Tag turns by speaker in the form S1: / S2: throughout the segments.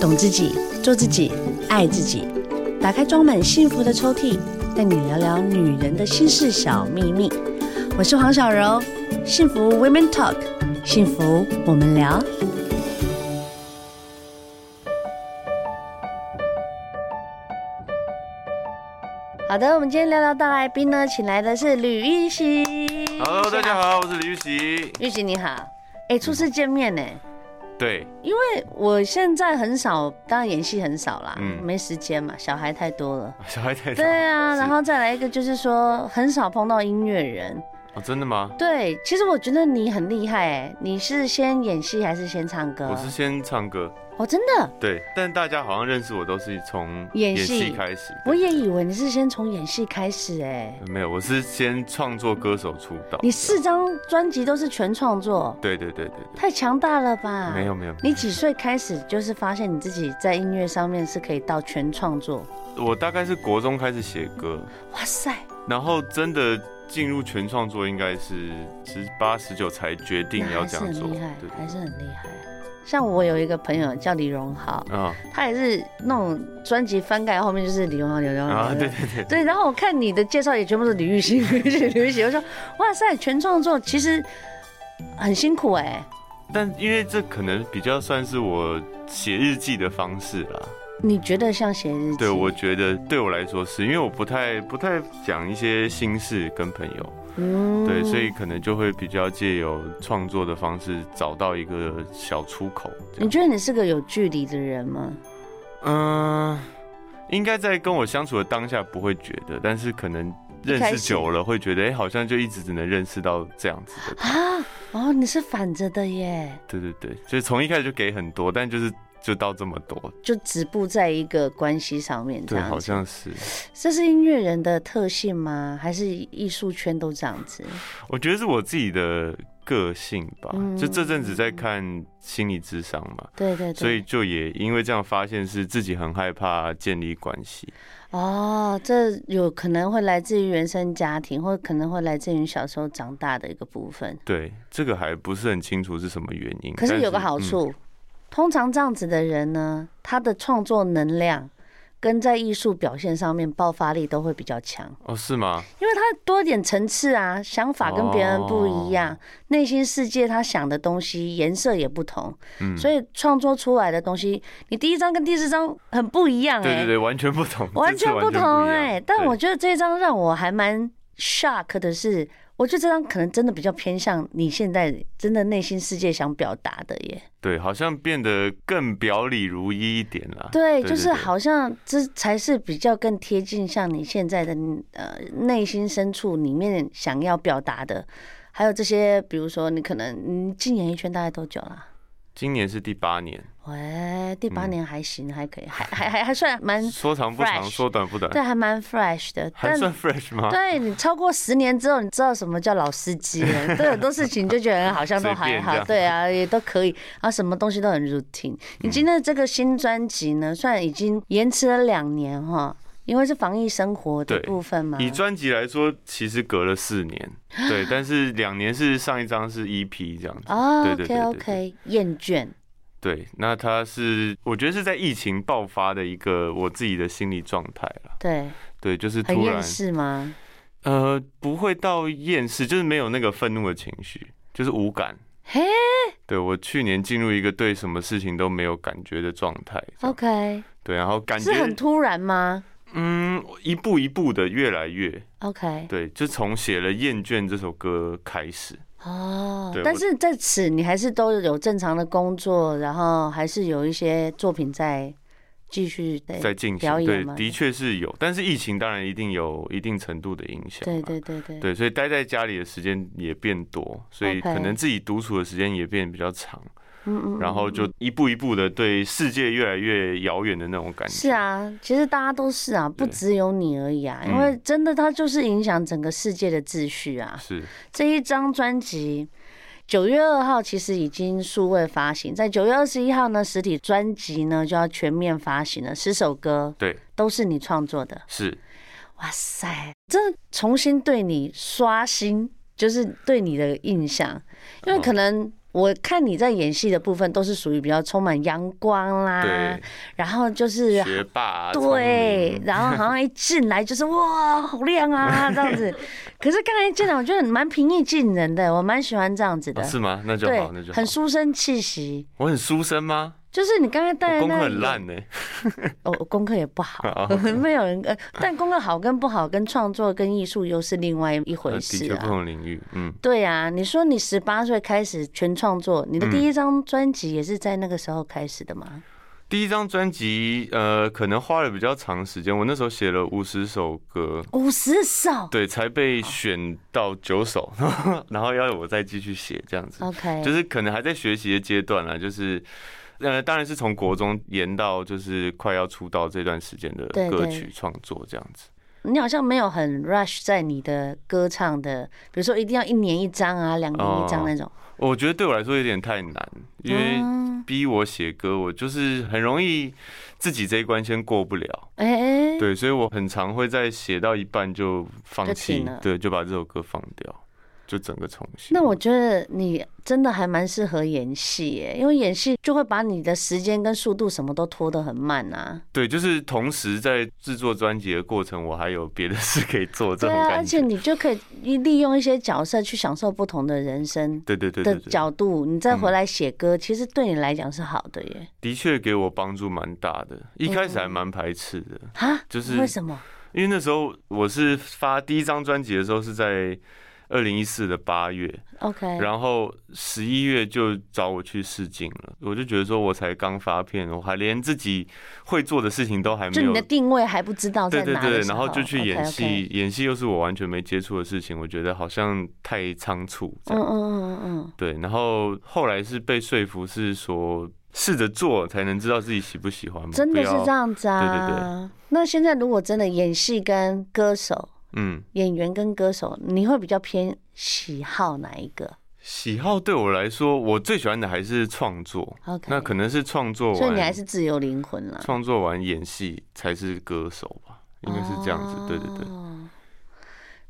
S1: 懂自己，做自己，爱自己。打开装满幸福的抽屉，带你聊聊女人的心事小秘密。我是黄小柔，幸福 Women Talk，幸福我们聊。好的，我们今天聊聊到来宾呢，请来的是吕玉玺。
S2: Hello，大家好，我是啊李玉玺。
S1: 玉玺你好，哎、初次见面呢、
S2: 对，
S1: 因为我现在很少，当然演戏很少啦，
S2: 嗯
S1: 没时间嘛，小孩太多了。
S2: 小孩太吵
S1: 对啊，
S2: 是
S1: 然后再来一个就是说，很少碰到音乐人。
S2: 哦，真的吗？
S1: 对，其实我觉得你很厉害哎，你是先演戏还是先唱歌？
S2: 我是先唱歌，
S1: 哦，真的，
S2: 对，但大家好像认识我都是从
S1: 演戏
S2: 戏开始。
S1: 我也以为你是先从演戏开始哎，
S2: 没有，我是先创作歌手出道。
S1: 你四张专辑都是全创作，
S2: 对对对对对，
S1: 太强大了吧？
S2: 没有。没有，
S1: 你几岁开始就是发现你自己在音乐上面是可以到全创作？
S2: 我大概是国中开始写歌，
S1: 哇塞，
S2: 然后真的进入全创作应该是十八十九才决定
S1: 那
S2: 要
S1: 还
S2: 这
S1: 是
S2: 样
S1: 很
S2: 做。
S1: 厉害
S2: 对，对
S1: 还是很厉害。像我有一个朋友叫李荣浩，
S2: 啊
S1: 他也是那种专辑翻盖后面就是李荣浩、李荣浩。
S2: 啊，
S1: 李
S2: 对
S1: 荣浩
S2: 对对，
S1: 对，然后我看你的介绍也全部是李玉玺、 李玉玺、李玉玺，我说哇塞，全创作其实很辛苦哎、
S2: 但因为这可能比较算是我写日记的方式啦。
S1: 你觉得像写日记？
S2: 对，我觉得对我来说是因为我不太不太讲一些心事跟朋友，
S1: 嗯
S2: 对，所以可能就会比较借由创作的方式找到一个小出口。这
S1: 你
S2: 样
S1: 觉得你是个有距离的人吗？
S2: 嗯、应该在跟我相处的当下不会觉得，但是可能认识久了会觉得，哎、好像就一直只能认识到这样子的。
S1: 啊，哦，你是反着的耶，
S2: 对对对，就是从一开始就给很多，但就是就到这么多，
S1: 就止步在一个关系上面这
S2: 对，
S1: 样子。
S2: 好像是。
S1: 这是音乐人的特性吗？还是艺术圈都这样子？
S2: 我觉得是我自己的个性吧，
S1: 嗯
S2: 就这阵子在看心理智商嘛。
S1: 对对对，
S2: 所以就也因为这样发现是自己很害怕建立关系，
S1: 哦，这有可能会来自于原生家庭，或可能会来自于小时候长大的一个部分。
S2: 对这个还不是很清楚是什么原因。
S1: 可是
S2: 但嗯
S1: 有个好、处，通常这样子的人呢，他的创作能量跟在艺术表现上面爆发力都会比较强，
S2: 嗯哦，是吗？
S1: 因为他多一点层次啊，想法跟别人不一
S2: 哦
S1: 样，内心世界他想的东西颜色也不同，
S2: 嗯
S1: 所以创作出来的东西，你第一张跟第四张很不一样哎、
S2: 对对对，完全不同，
S1: 完
S2: 这次
S1: 全不同哎、
S2: 哎。
S1: 但我
S2: 对
S1: 觉得这张让我还蛮 shock 的是，我觉得这张可能真的比较偏向你现在真的内心世界想表达的耶。
S2: 对好像变得更表里如一一点啦。
S1: 啊对，就是好像这才是比较更贴近像你现在的呃内心深处里面想要表达的。还有这些，比如说你可能你进演艺圈大概多久啦？
S2: 今年是第八年，
S1: 喂，第八年还行，还可以，还还还还算蛮
S2: 说长不长，
S1: fresh
S2: 说短不短，
S1: 对，还蛮 fresh 的。
S2: 还算 fresh 吗？
S1: 对你超过十年之后，你知道什么叫老司机 了。对，很多事情就觉得好像都
S2: 随
S1: 还
S2: 便这
S1: 好，
S2: 样嗯
S1: 对啊，也都可以啊，什么东西都很 routine。你今天的这个新专辑呢，虽然已经延迟了两年哈，因为是防疫生活的
S2: 对
S1: 部分嘛。
S2: 以专辑来说，其实隔了四年， 对，但是两年是上一张是 EP 这样子。
S1: 哦
S2: 对对
S1: ，OK
S2: 对对
S1: OK，厌倦
S2: 对，那他是我觉得是在疫情爆发的一个我自己的心理状态啦。
S1: 对，
S2: 对，就是
S1: 很
S2: 突然
S1: 厌世吗？
S2: 呃不会到厌世，就是没有那个愤怒的情绪，就是无感。
S1: 嘿
S2: 对我去年进入一个对什么事情都没有感觉的状态，这样
S1: ，OK，
S2: 对，然后感
S1: 哦是很
S2: 觉
S1: 突然吗
S2: 嗯一步一步的越来越
S1: ？OK，
S2: 对，就从写了《厌倦》这首歌开始。
S1: 哦
S2: 对，
S1: 但
S2: 我
S1: 是在此你还是都有正常的工作，然后还是有一些作品在继续在
S2: 在进
S1: 表
S2: 行，
S1: 演
S2: 对
S1: 吗，
S2: 的确是有，但是疫情当然一定有一定程度的影响
S1: 对
S2: 嘛，
S1: 对对对，
S2: 对，所以待在家里的时间也变多，所以
S1: OK
S2: 可能自己独处的时间也变比较长，
S1: 嗯嗯，
S2: 然后就一步一步的对世界越来越遥远的那种感觉。
S1: 是，啊，其实大家都是啊，不
S2: 对嗯
S1: 只有你而已啊，因为真的它就是影响整个世界的秩序啊。
S2: 是
S1: 这一张专辑。九月二号其实已经数位发行，在九月二十一号呢，实体专辑呢就要全面发行了，十首歌
S2: 对，
S1: 都是你创作的。
S2: 是，
S1: 哇塞，真的
S2: 嗯
S1: 重新对你刷新，就是对你的印象，因为可能我看你在演戏的部分都是属于比较充满阳光啦
S2: 对，，
S1: 然后就是
S2: 学霸啊，聪
S1: 对
S2: 明，
S1: 然后好像一进来就是哇，好亮 啊这样子。可是刚才进来，我觉得蛮平易近人的，我蛮喜欢这样子的，
S2: 啊是吗？那就
S1: 对
S2: 好，那就，好
S1: 很。书生气息。
S2: 我很书生吗？
S1: 就是你刚才带的
S2: 我功课
S1: 那
S2: 很烂呢。
S1: 哦，我功课也不好，
S2: 啊
S1: 没有人呃，但功课好跟不好，跟创作跟艺术又是另外一
S2: 呃
S1: 回
S2: 的
S1: 事
S2: 确不
S1: 啊。
S2: 同领域，嗯，
S1: 对啊，你说你十八岁开始全创作，你的
S2: 嗯
S1: 第一张专辑也是在那个时候开始的吗？
S2: 第一张专辑，呃，可能花了比较长时间，我那时候写了五十首歌，
S1: 五十首
S2: 对，才被选到九首， 然后要我再继续写这样子，
S1: ，OK，
S2: 就是可能还在学习的阶段啦，就是。呃，当然是从国中延到就是快要出道这段时间的
S1: 对
S2: 歌
S1: 对
S2: 曲创作这样子。
S1: 你好像没有很 rush 在你的歌唱的，比如说一定要一年一张啊，两年一张那种。
S2: 我觉得对我来说有点太难，哦因为
S1: 嗯
S2: 逼我写歌，我就是很容易自己这一关先过不了。
S1: 哎、哎，
S2: 对，所以我很常会在写到一半就放
S1: 就
S2: 弃
S1: 停了，
S2: 对，就把这首歌放掉，就整个重新。
S1: 那我觉得你真的还蛮适合演戏耶，因为演戏就会把你的时间跟速度什么都拖得很慢啊。
S2: 对，就是同时在制作专辑的过程，我还有别的事可以做，这
S1: 对
S2: 种
S1: 啊，而
S2: 感
S1: 且
S2: 觉。
S1: 你就可以利用一些角色去享受不同的人生
S2: 对对对对嗯
S1: 的
S2: 对，
S1: 角度，你再回来写歌，其实对你来讲是好的耶。
S2: 的确给我帮助蛮大的。一开始还
S1: 嗯
S2: 蛮排斥的，
S1: 啊，
S2: 就是
S1: 为什么？
S2: 因为那时候我是发第一张专辑的时候是在二零一四的八月，
S1: ？OK，
S2: 然后十一月就找我去试镜了，我就觉得说我才刚发片，我还连自己会做的事情都还
S1: 就
S2: 没
S1: 你
S2: 有
S1: 的。定位还不知道在
S2: 对对
S1: 哪
S2: 对
S1: 的，时
S2: 然
S1: 候
S2: 后就去演戏
S1: OK，OK
S2: 演戏又是我完全没接触的事情，我觉得好像太仓促这
S1: 嗯
S2: 样。
S1: 嗯嗯嗯嗯。
S2: 对，然后后来是被说服，是说试着做才能知道自己喜不喜欢嘛，
S1: 真的
S2: 不
S1: 是
S2: 要
S1: 这。样子啊。
S2: 对对
S1: 那现在如果真的演戏跟歌手、
S2: 嗯，
S1: 演员跟歌手，你会比较偏喜好哪一个
S2: 喜好对我来说，我最喜欢的还是创作。
S1: ？OK，
S2: 那可能是创作完，
S1: 所以你还是嗯自由灵魂啦。
S2: 创作完演戏才是歌手吧，应该是这样子。对对对，
S1: 哦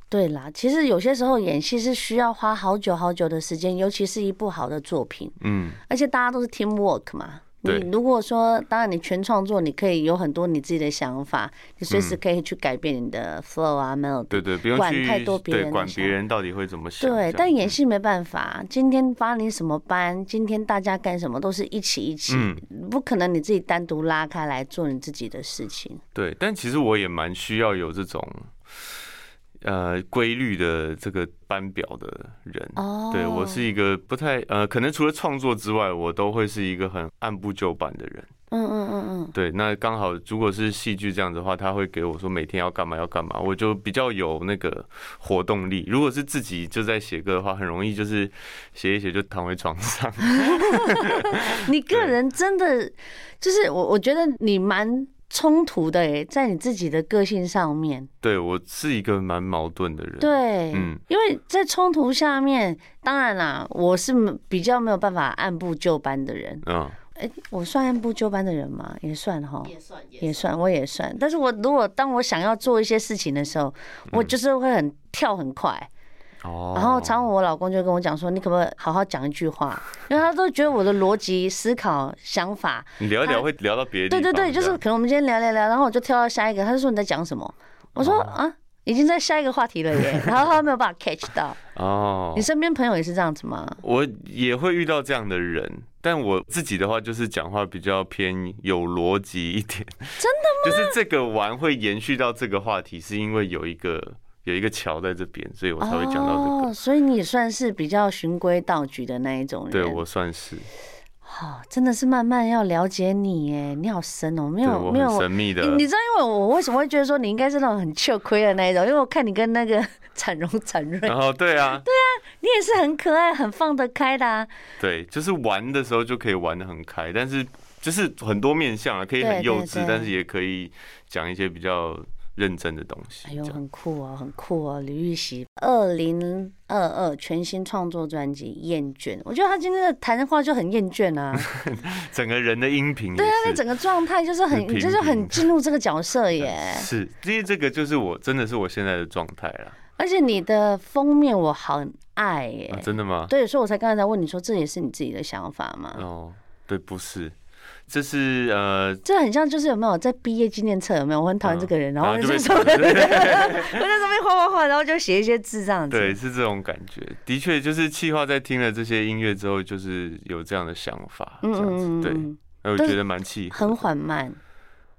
S1: 对啦，其实有些时候演戏是需要花好久好久的时间，尤其是一部好的作品，
S2: 嗯，
S1: 而且大家都是 team work 嘛。你
S2: 对
S1: 如果说，当然你全创作，你可以有很多你自己的想法，你随
S2: 嗯
S1: 时可以去改变你的 flow 啊、melody
S2: 对对，不用
S1: 管
S2: 去
S1: 太多别人
S2: 对
S1: 的
S2: 管
S1: 想
S2: 别人到底会怎么想。嗯
S1: 对，
S2: 这
S1: 但
S2: 样
S1: 演戏没办法，今天发你什么班，今天大家干什么，都是一起一起，
S2: 嗯
S1: 不可能你自己单独拉开来做你自己的事情。
S2: 对，但其实我也蛮需要有这种呃规律的这个班表的人。
S1: 哦，
S2: 嗯对我是一个不太呃，可能除了创作之外，我都会是一个很按部就班的人。
S1: 嗯，嗯嗯嗯
S2: 对，那刚好如果是戏剧这样子的话，他会给我说每天要干嘛要干嘛，我就比较有那个活动力。如果是自己就在写歌的话，很容易就是写一写就躺回床上。
S1: 嗯，你个人真的就是我，我觉得你蛮冲突的诶，在你自己的个性上面，
S2: 对我是一个蛮矛盾的人。
S1: 对，
S2: 嗯
S1: 因为在冲突下面，当然啦，我是比较没有办法按部就班的人，
S2: 嗯，
S1: 哎、我算按部就班的人吗？也算哈，也算，也算，我也算。但是我如果当我想要做一些事情的时候，我就是会很跳很快。
S2: 嗯哦
S1: 然后常常我老公就跟我讲说，你可不可以好好讲一句话？因为他都觉得我的逻辑、思考、想法，
S2: 你聊一
S1: 他
S2: 聊会聊到别的地
S1: 哎对
S2: 方。
S1: 对对，就
S2: 这
S1: 是
S2: 样
S1: 可能我们今天聊聊聊，然后我就跳到下一个，他就说你在讲什么？
S2: 哦
S1: 我说啊，已经在下一个话题了 耶。然后他没有办法 catch 到。
S2: 哦
S1: 你，身边朋友也是这样子吗？
S2: 我也会遇到这样的人，但我自己的话就是讲话比较偏有逻辑一点。
S1: 真
S2: 的吗？就是这个玩会延续到这个话题，是因为有一个有一个桥在这边，所以我才会讲到这个。
S1: 哦，所以你也算是比较循规蹈矩的那一种人。
S2: 对我算是，
S1: 哦，真的是慢慢要了解你耶，你好深哦，没
S2: 对
S1: 有
S2: 我
S1: 没有
S2: 很，神秘的
S1: 你。你知道，因为我为什么会觉得说你应该是那种很吃亏的那一种，因为我看你跟那个 产荣产瑞，
S2: 然后对啊，
S1: 你也是很可爱、很放得开的啊，
S2: 对，就是玩的时候就可以玩的很开，但是就是很多面向啊，可以
S1: 对
S2: 很
S1: 对
S2: 幼稚
S1: 对，
S2: 但是也可以讲一些比较认真的东西。
S1: 哎
S2: 这
S1: 呦，
S2: 样。
S1: 很酷哦，很酷哦，李玉玺二零二二全新创作专辑《厌倦》，我觉得他今天的谈话就很厌倦 啊，
S2: 整个人的音频对
S1: 对啊，那整个状态就是很，
S2: 很
S1: 你就是
S2: 平
S1: 很
S2: 平
S1: 进入这个角色耶，
S2: 是，因为这个就是我真的是我现在的状态啦。
S1: 而且你的封面我很爱耶、
S2: 啊真的吗？
S1: 对，所以我才刚才在问你说，这也是你自己的想法吗？
S2: 哦，对，不是，这是呃，
S1: 这很像就是有没有在毕业纪念册有没有？我很讨厌这个人，然后
S2: 嗯
S1: 我
S2: 就
S1: 就
S2: 被
S1: 说，我
S2: 讨
S1: 在
S2: 厌
S1: 上面画画画，然后就写一些字这样子。
S2: 对，是这种感觉。的确，就是气化在听了这些音乐之后，就是有这样的想法，这
S1: 嗯，
S2: 样
S1: 嗯嗯
S2: 子，对，
S1: 嗯，
S2: 哎我
S1: 但是
S2: 觉得蛮契合，
S1: 很，缓慢，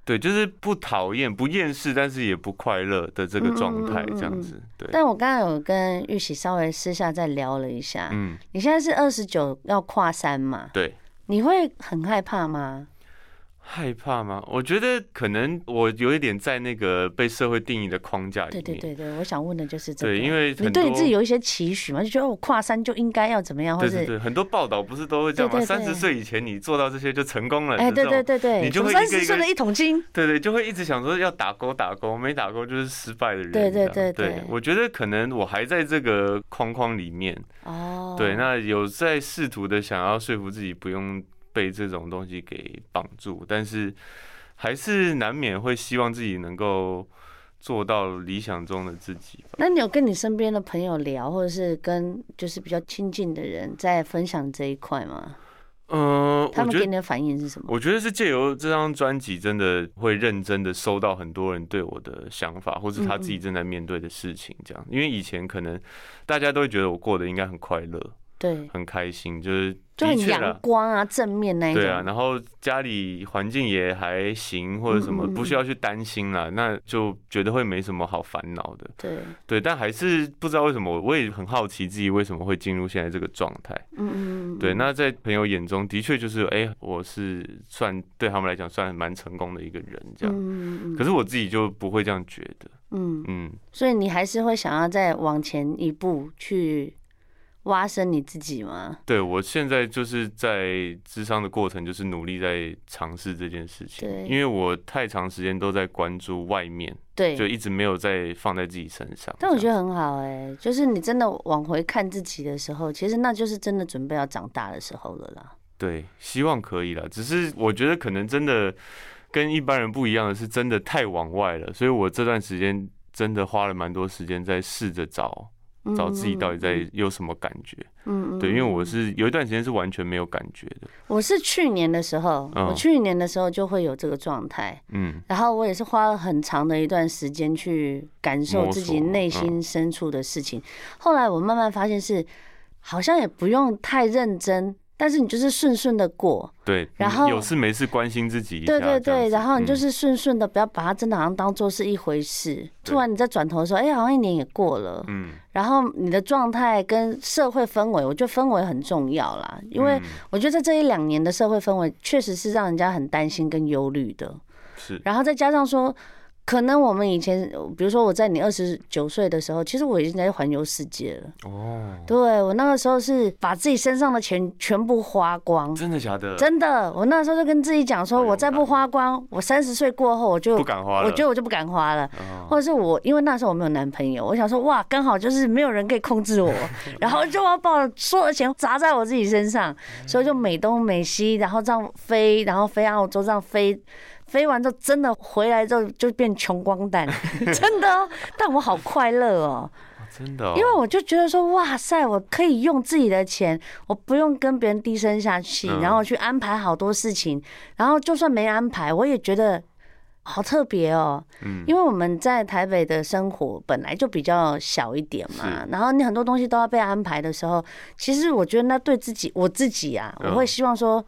S2: 对，就是不讨厌、不厌世，但是也不快乐的这个状态
S1: 嗯嗯嗯，嗯
S2: 这样
S1: 嗯
S2: 子，对，
S1: 但我刚刚有跟玉玺稍微私下再聊了一下，
S2: 嗯，
S1: 你现在是二十九要跨三嘛，
S2: 对。
S1: 你会很害怕吗？
S2: 害怕吗？我觉得可能我有一点在那个被社会定义的框架里
S1: 对
S2: 面。
S1: 对对对，我想问的就是这个。
S2: 呃对因为
S1: 你
S2: 很
S1: 对你
S2: 多
S1: 自己有一些期许嘛，就觉得哦我跨三就应该要怎么样，或
S2: 对
S1: 者
S2: 对对很多报道不是都会讲
S1: 对对对
S2: 吗？三十岁以前你做到这些就成功了。
S1: 哎，对
S2: 这种
S1: 对对对，
S2: 你就会一个
S1: 三
S2: 一个
S1: 十岁的一桶金，
S2: 对对，就会一直想说要打勾打勾，没打勾就是失败的人这
S1: 对
S2: 样。
S1: 对对
S2: 对
S1: 对
S2: 我觉得可能我还在这个框框里面。
S1: 哦，
S2: 对，那有在试图的想要说服自己不用被这种东西给绑住，但是还是难免会希望自己能够做到理想中的自己吧。
S1: 那你有跟你身边的朋友聊，或者是跟就是比较亲近的人在分享这一块吗？
S2: 嗯、
S1: 他
S2: 我
S1: 们给
S2: 觉得
S1: 你的反应是什么？
S2: 我觉得是借由这张专辑，真的会认真的收到很多人对我的想法，或
S1: 嗯
S2: 是他自己正在面对的事情，这样。因为以前可能大家都会觉得我过得应该很快乐、
S1: 对，
S2: 很开心，就是
S1: 就很
S2: 的确啦
S1: 阳光啊，正面那一种。
S2: 对啊，然后家里环境也还行，或者什么
S1: 嗯嗯嗯
S2: 不需要去担心啦，那就觉得会没什么好烦恼的。
S1: 对，嗯
S2: 对，但还是不知道为什么，我也很好奇自己为什么会进入现在这个状态。
S1: 嗯嗯嗯，
S2: 对，
S1: 嗯
S2: 那在朋友眼中的确就是，哎、我是算对他们来讲算蛮成功的一个人这样。
S1: 嗯嗯
S2: 可是我自己就不会这样觉得，
S1: 嗯，嗯
S2: 嗯，
S1: 所以你还是会想要再往前一步去挖深你自己吗？
S2: 对我现在就是在智商的过程，就是努力在尝试这件事情
S1: 对，
S2: 因为我太长时间都在关注外面，就
S1: 对，
S2: 一直没有再放在自己身上。
S1: 但我
S2: 这
S1: 觉
S2: 样
S1: 得很好哎、就是你真的往回看自己的时候，其实那就是真的准备要长大的时候了啦。
S2: 对，希望可以了。只是我觉得可能真的跟一般人不一样的是，真的太往外了，所以我这段时间真的花了蛮多时间在试着找
S1: 嗯
S2: 找自己到底在有什么感觉。
S1: 嗯嗯，
S2: 对，因为我
S1: 嗯
S2: 是有一段时间是完全没有感觉的。
S1: 我是去年的时候，
S2: 嗯
S1: 我去年的时候就会有这个状态，
S2: 嗯
S1: 然后我也是花了很长的一段时间去感受
S2: 摸
S1: 自
S2: 索嗯
S1: 己内心深处的事情。后来我慢慢发现是，好像也不用太认真，但是你就是顺顺的过，
S2: 对，
S1: 然
S2: 你
S1: 后
S2: 有事没事关心自己一下。
S1: 对对
S2: 这样
S1: 对，
S2: 子
S1: 然后你就
S2: 嗯
S1: 是顺顺的，不要把它真的好像当做是一回事。突然你再转头的时候，哎，好像一年也过了。
S2: 嗯，
S1: 然后你的状态跟社会氛围，我觉得氛围很重要啦，因为
S2: 嗯
S1: 我觉得在这一两年的社会氛围，确实是让人家很担心跟忧虑的。
S2: 是
S1: 然后再加上说，可能我们以前，比如说我在你二十九岁的时候，其实我已经在环游世界了。
S2: 哦，
S1: 对我那个时候是把自己身上的钱全部花光。
S2: 真的假的？
S1: 真的，我那时候就跟自己讲说，
S2: 好勇
S1: 我再不
S2: 敢
S1: 花光，我三十岁过后我就
S2: 不敢花了。哦
S1: 我觉得我就不敢花了，
S2: 嗯
S1: 或者是我因为那时候我没有男朋友，我想说哇，刚好就是没有人可以控制我，然后就要把所有的钱砸在我自己身上，所以就美东美西，然后这样飞，然后飞澳洲这样飞。飞完之后，真的回来之后就变穷光蛋，真的、哦。但我好快乐哦，
S2: 哦真的哦，
S1: 因为我就觉得说，哇塞，我可以用自己的钱，我不用跟别人低声下气，
S2: 嗯
S1: 然后去安排好多事情，然后就算没安排，我也觉得好特别哦。
S2: 嗯
S1: 因为我们在台北的生活本来就比较小一点嘛，然后你很多东西都要被安排的时候，其实我觉得那对自己，我自己啊，
S2: 嗯
S1: 我会希望说，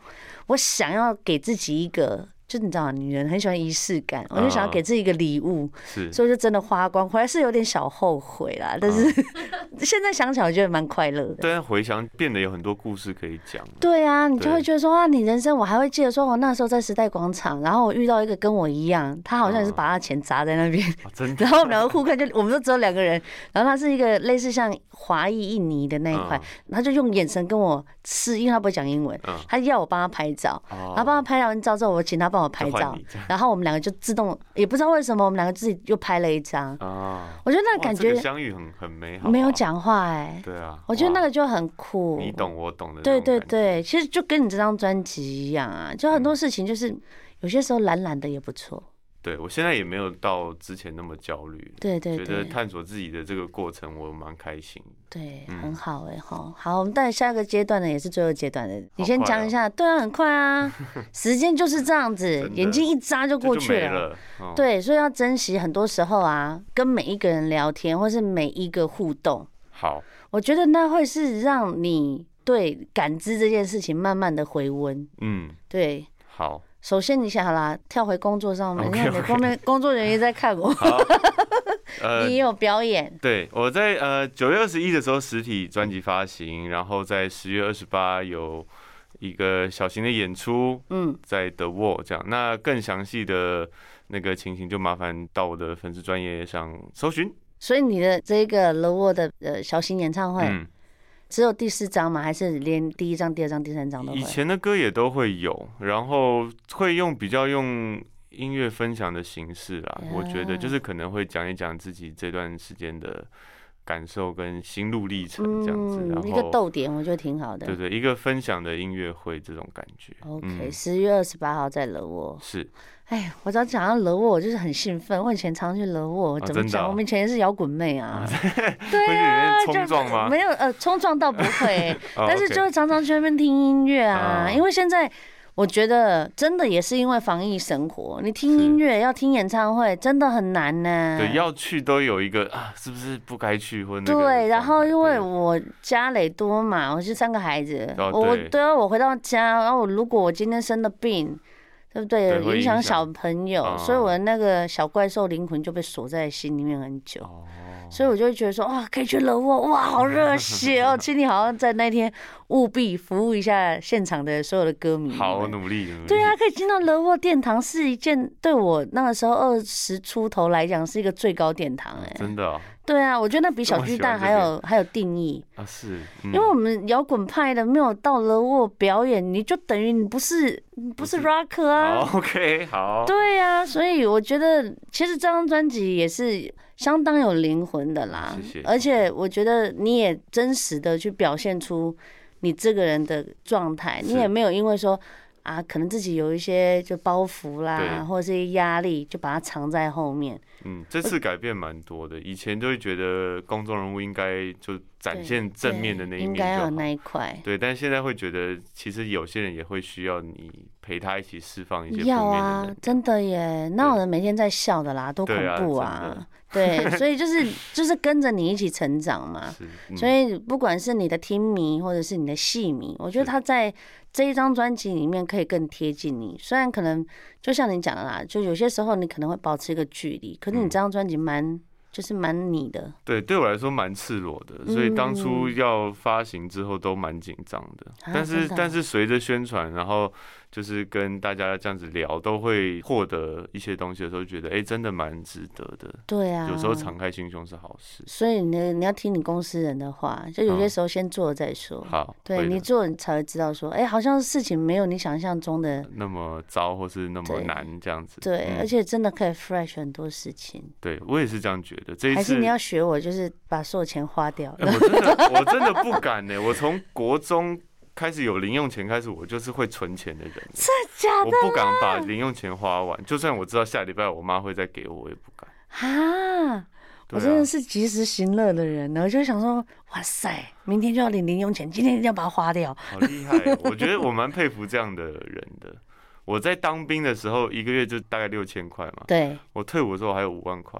S1: 我想要给自己一个。就你知道，女人很喜欢仪式感，我就想要
S2: 嗯
S1: 给自己一个礼物，
S2: 是
S1: 所以就真的花光，回来是有点小后悔
S2: 啊
S1: 啦，但是、 现在想起来我觉得蛮快乐的。
S2: 但是回想变得有很多故事可以讲。
S1: 对啊，你就
S2: 对
S1: 会觉得说啊，你人生我还会记得说，我那时候在时代广场，然后我遇到一个跟我一样，他好像也是
S2: 嗯
S1: 把他钱砸在那边，
S2: 啊真的
S1: 然后我们两个互看就，我们就只有两个人，然后他是一个类似像华裔印尼的那一块，
S2: 啊
S1: 他就用眼神跟我示意，因为他不会讲英文，
S2: 嗯
S1: 他要我帮他拍照，
S2: 哦
S1: 然后帮他拍完照之后，我请他帮我拍
S2: 就换
S1: 照
S2: 你这，
S1: 然后我们两个就自动，也不知道为什么，我们两个自己又拍了一张，
S2: 啊，
S1: 我觉得那
S2: 哇
S1: 感
S2: 这个
S1: 觉
S2: 相遇很很美好，啊
S1: 没有，讲话哎、
S2: 对啊，
S1: 我觉得那
S2: 哇
S1: 个就很酷。
S2: 你懂我懂的，
S1: 对对，对，其实就跟你这张专辑一样啊，就很多事情就是有些时候懒懒的也不错。
S2: 对我现在也没有到之前那么焦虑，
S1: 对对
S2: 觉
S1: 对，
S2: 得探索自己的这个过程我蛮开心。
S1: 对，
S2: 嗯
S1: 很好哎哈。好，我们到下一个阶段呢，也是最后阶段的，你先
S2: 快
S1: 讲
S2: 哦
S1: 一下。对啊，很快啊， 时间就是这样子，
S2: 真
S1: 眼
S2: 的
S1: 睛一眨就
S2: 这
S1: 过
S2: 就
S1: 去
S2: 没
S1: 了。
S2: 了，哦，
S1: 对，所以要珍惜。很多时候啊，跟每一个人聊天，或是每一个互动，
S2: 好，
S1: 我觉得那会是让你对感知这件事情慢慢的回温。
S2: 嗯，
S1: 对，
S2: 好，
S1: 首先你想好啦，跳回工作上面，
S2: OK，
S1: 因为你
S2: OK
S1: 后面工作人员在看我，
S2: 好，呃
S1: 你，也有表演，
S2: 对，我在呃九月二十一的时候实体专辑发行，然后在十月二十八有一个小型的演出
S1: 嗯，
S2: 在 The Wall 这样。那更详细的那个情形就麻烦到我的粉丝专业上搜寻。
S1: 所以你的这个 l o w 的呃小型演唱会、
S2: 嗯，
S1: 只有第四张吗？还是连第一张、第二张、第三张都会
S2: 以？前的歌也都会有，然后会用比较用。音乐分享的形式啦我觉得
S1: 啊
S2: 就是可能会讲一讲自己这段时间的感受跟心路历程这样子，然
S1: 嗯，
S2: 后
S1: 一个逗点，我觉得挺好的。
S2: 对对，一个分享的音乐会这种感觉。
S1: OK，
S2: 嗯、
S1: 十月二十八号在惹我。
S2: 是
S1: 哎，我只要讲到惹我，我就是很兴奋。我以前常去惹我，怎么
S2: 真的
S1: 讲？
S2: 啊
S1: 我们以前也是摇滚妹啊，
S2: 会
S1: 对
S2: 去里面
S1: 啊，
S2: 冲撞吗
S1: 没有，呃，冲撞倒不会，
S2: 哦
S1: 但是
S2: OK
S1: 就会常常去那边听音乐啊，
S2: 啊
S1: 因为现在。我觉得真的也是因为防疫生活，你听
S2: 是
S1: 音乐要听演唱会真的很难呢、
S2: 对要去都有一个啊，是不是不该去或那个
S1: 对，然
S2: 状
S1: 后
S2: 态
S1: 因为
S2: 对
S1: 我家里多嘛，我是三个孩子，
S2: 哦
S1: 我我
S2: 对
S1: 对啊，我回到家，然后我如果我今天生了病，对不对？
S2: 对会
S1: 影响
S2: 影响
S1: 小朋友，
S2: 哦
S1: 所以我的那个小怪兽灵魂就被锁在心里面很久。
S2: 哦，
S1: 所以我就会觉得说，哇，可以去冷沃，哇，好热血 哦！请你好像在那天务必服务一下现场的所有的歌迷们。
S2: 好努力，努力
S1: 对啊，，可以进到冷沃殿堂是一件对我那个时候二十出头来讲是一个最高殿堂哎、
S2: 真的哦
S1: 对啊，我觉得那比小巨蛋还
S2: 这
S1: 有还有定义，
S2: 啊是，
S1: 因
S2: 因
S1: 为我们摇滚派的没有到了我表演，你就等于你不是你不是
S2: 不是哦
S1: rock 啊，
S2: OK 好，
S1: 对啊，所以我觉得其实这张专辑也是相当有灵魂的啦，
S2: 谢谢
S1: 而且我觉得你也真实的去表现出你这个人的状态，
S2: 是
S1: 你也没有因为说。啊，可能自己有一些就包袱啦
S2: 对，
S1: 或者是一些压力，就把它藏在后面。
S2: 嗯，这次改变蛮多的，以前就会觉得公众人物应该就展现正面的那
S1: 对
S2: 一
S1: 应
S2: 面
S1: 该
S2: 就
S1: 要有
S2: 好。
S1: 那一块。
S2: 对，但现在会觉得，其实有些人也会需要你陪他一起释放一些负面
S1: 要
S2: 的
S1: 啊
S2: 能量，
S1: 真的耶！那有人每天在笑的啦，多恐
S2: 对啊
S1: 怖
S2: 真
S1: 啊
S2: 的！
S1: 对，所以就是就是跟着你一起成长 嘛。
S2: 是，嗯
S1: 所以不管是你的听迷或者是你的戏迷，我觉得
S2: 是
S1: 他在这一张专辑里面可以更贴近你。虽然可能就像你讲的啦，就有些时候你可能会保持一个距离，可是你
S2: 嗯
S1: 这张专辑蛮就是蛮你的。
S2: 对，对我来说蛮赤裸的，
S1: 嗯
S2: 所以当初要发行之后都蛮紧张的。
S1: 啊
S2: 但
S1: 真
S2: 是，
S1: 的啊
S2: 但是随着宣传，然后就是跟大家这样子聊，都会获得一些东西的时候，觉得哎、诶真的蛮值得的。
S1: 对啊，
S2: 有时候敞开心胸是好事。
S1: 所以你你要听你公司人的话，就有些
S2: 嗯
S1: 时候先做了再说。
S2: 好，
S1: 对
S2: 会的
S1: 你做，你才会知道说，哎、好像事情没有你想象中的，
S2: 那么糟或是那么
S1: 对
S2: 难这样子。
S1: 对，
S2: 嗯
S1: 而且真的可以 fresh 很多事情。
S2: 对我也是这样觉得。这一
S1: 还是
S2: 次
S1: 你。要学我，就是把所有钱花掉。
S2: 哎我真的， 我真的不敢呢、我从国中开始有零用钱开始，我就是会存钱的人。欸
S1: 假
S2: 我不敢把零用钱花完，就算我知道下礼拜我妈会再给我，我也不敢。
S1: 的啊！我
S2: 对
S1: 真的
S2: 啊，
S1: 是及时行乐的人呢，我就想说，哇塞，明天就要领零用钱，今天一定要把它花掉。
S2: 好厉害 哦、我觉得我蛮佩服这样的人的。我在当兵的时候，一个月就大概六千块嘛。
S1: 对，
S2: 我退伍的时候还有五万块，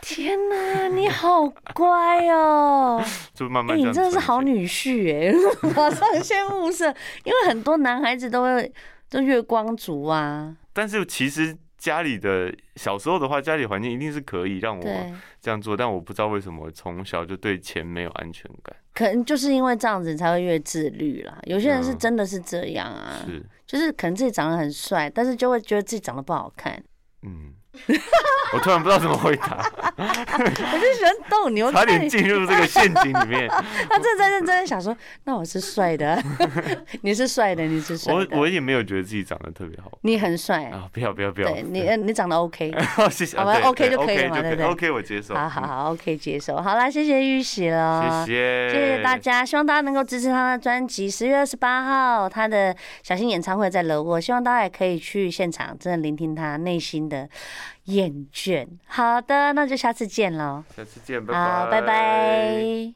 S1: 天哪，你好乖哦！
S2: 就慢
S1: 哎、
S2: 慢这
S1: 你
S2: 样
S1: 真
S2: 存钱。
S1: 的是好女婿哎、 马上先物色，因为很多男孩子都会都月光族啊，
S2: 但是其实家里的小时候的话，家里环境一定是可以让我
S1: 对。
S2: 这样做，但我不知道为什么从小就对钱没有安全感。
S1: 可能就是因为这样子才会越自律啦。有些人是
S2: 嗯
S1: 真的是这样啊，
S2: 是，
S1: 就是可能自己长得很帅，但是就会觉得自己长得不好看。
S2: 嗯，我突然不知道怎么 回答，
S1: 我就喜欢斗牛，
S2: 差点
S1: 看
S2: 进入这个陷阱 里面。
S1: 他正在认真的想说，那我是帅的， 你是帅的，你是帅
S2: 我
S1: 的，
S2: 我也没有觉得自己长得特别好
S1: 你很帅，
S2: 啊！不要不要不要！
S1: 对你，呃你长得 OK，
S2: 好 谢谢。
S1: 好吧
S2: 啊对
S1: OK
S2: 对
S1: 就可以
S2: OK
S1: 了嘛对不对
S2: OK，我接受。
S1: 好好好，OK 接受，好啦，谢谢玉玺了，
S2: 嗯，谢谢，
S1: 谢谢大。家，希望大家能够支持他的专辑。十月二十八号，他的小型演唱会在乐沃，希望大家也可以去现场，真的聆听他内心的厌倦。好的，那就下次见喽。
S2: 下次见，拜拜。
S1: 好，拜拜。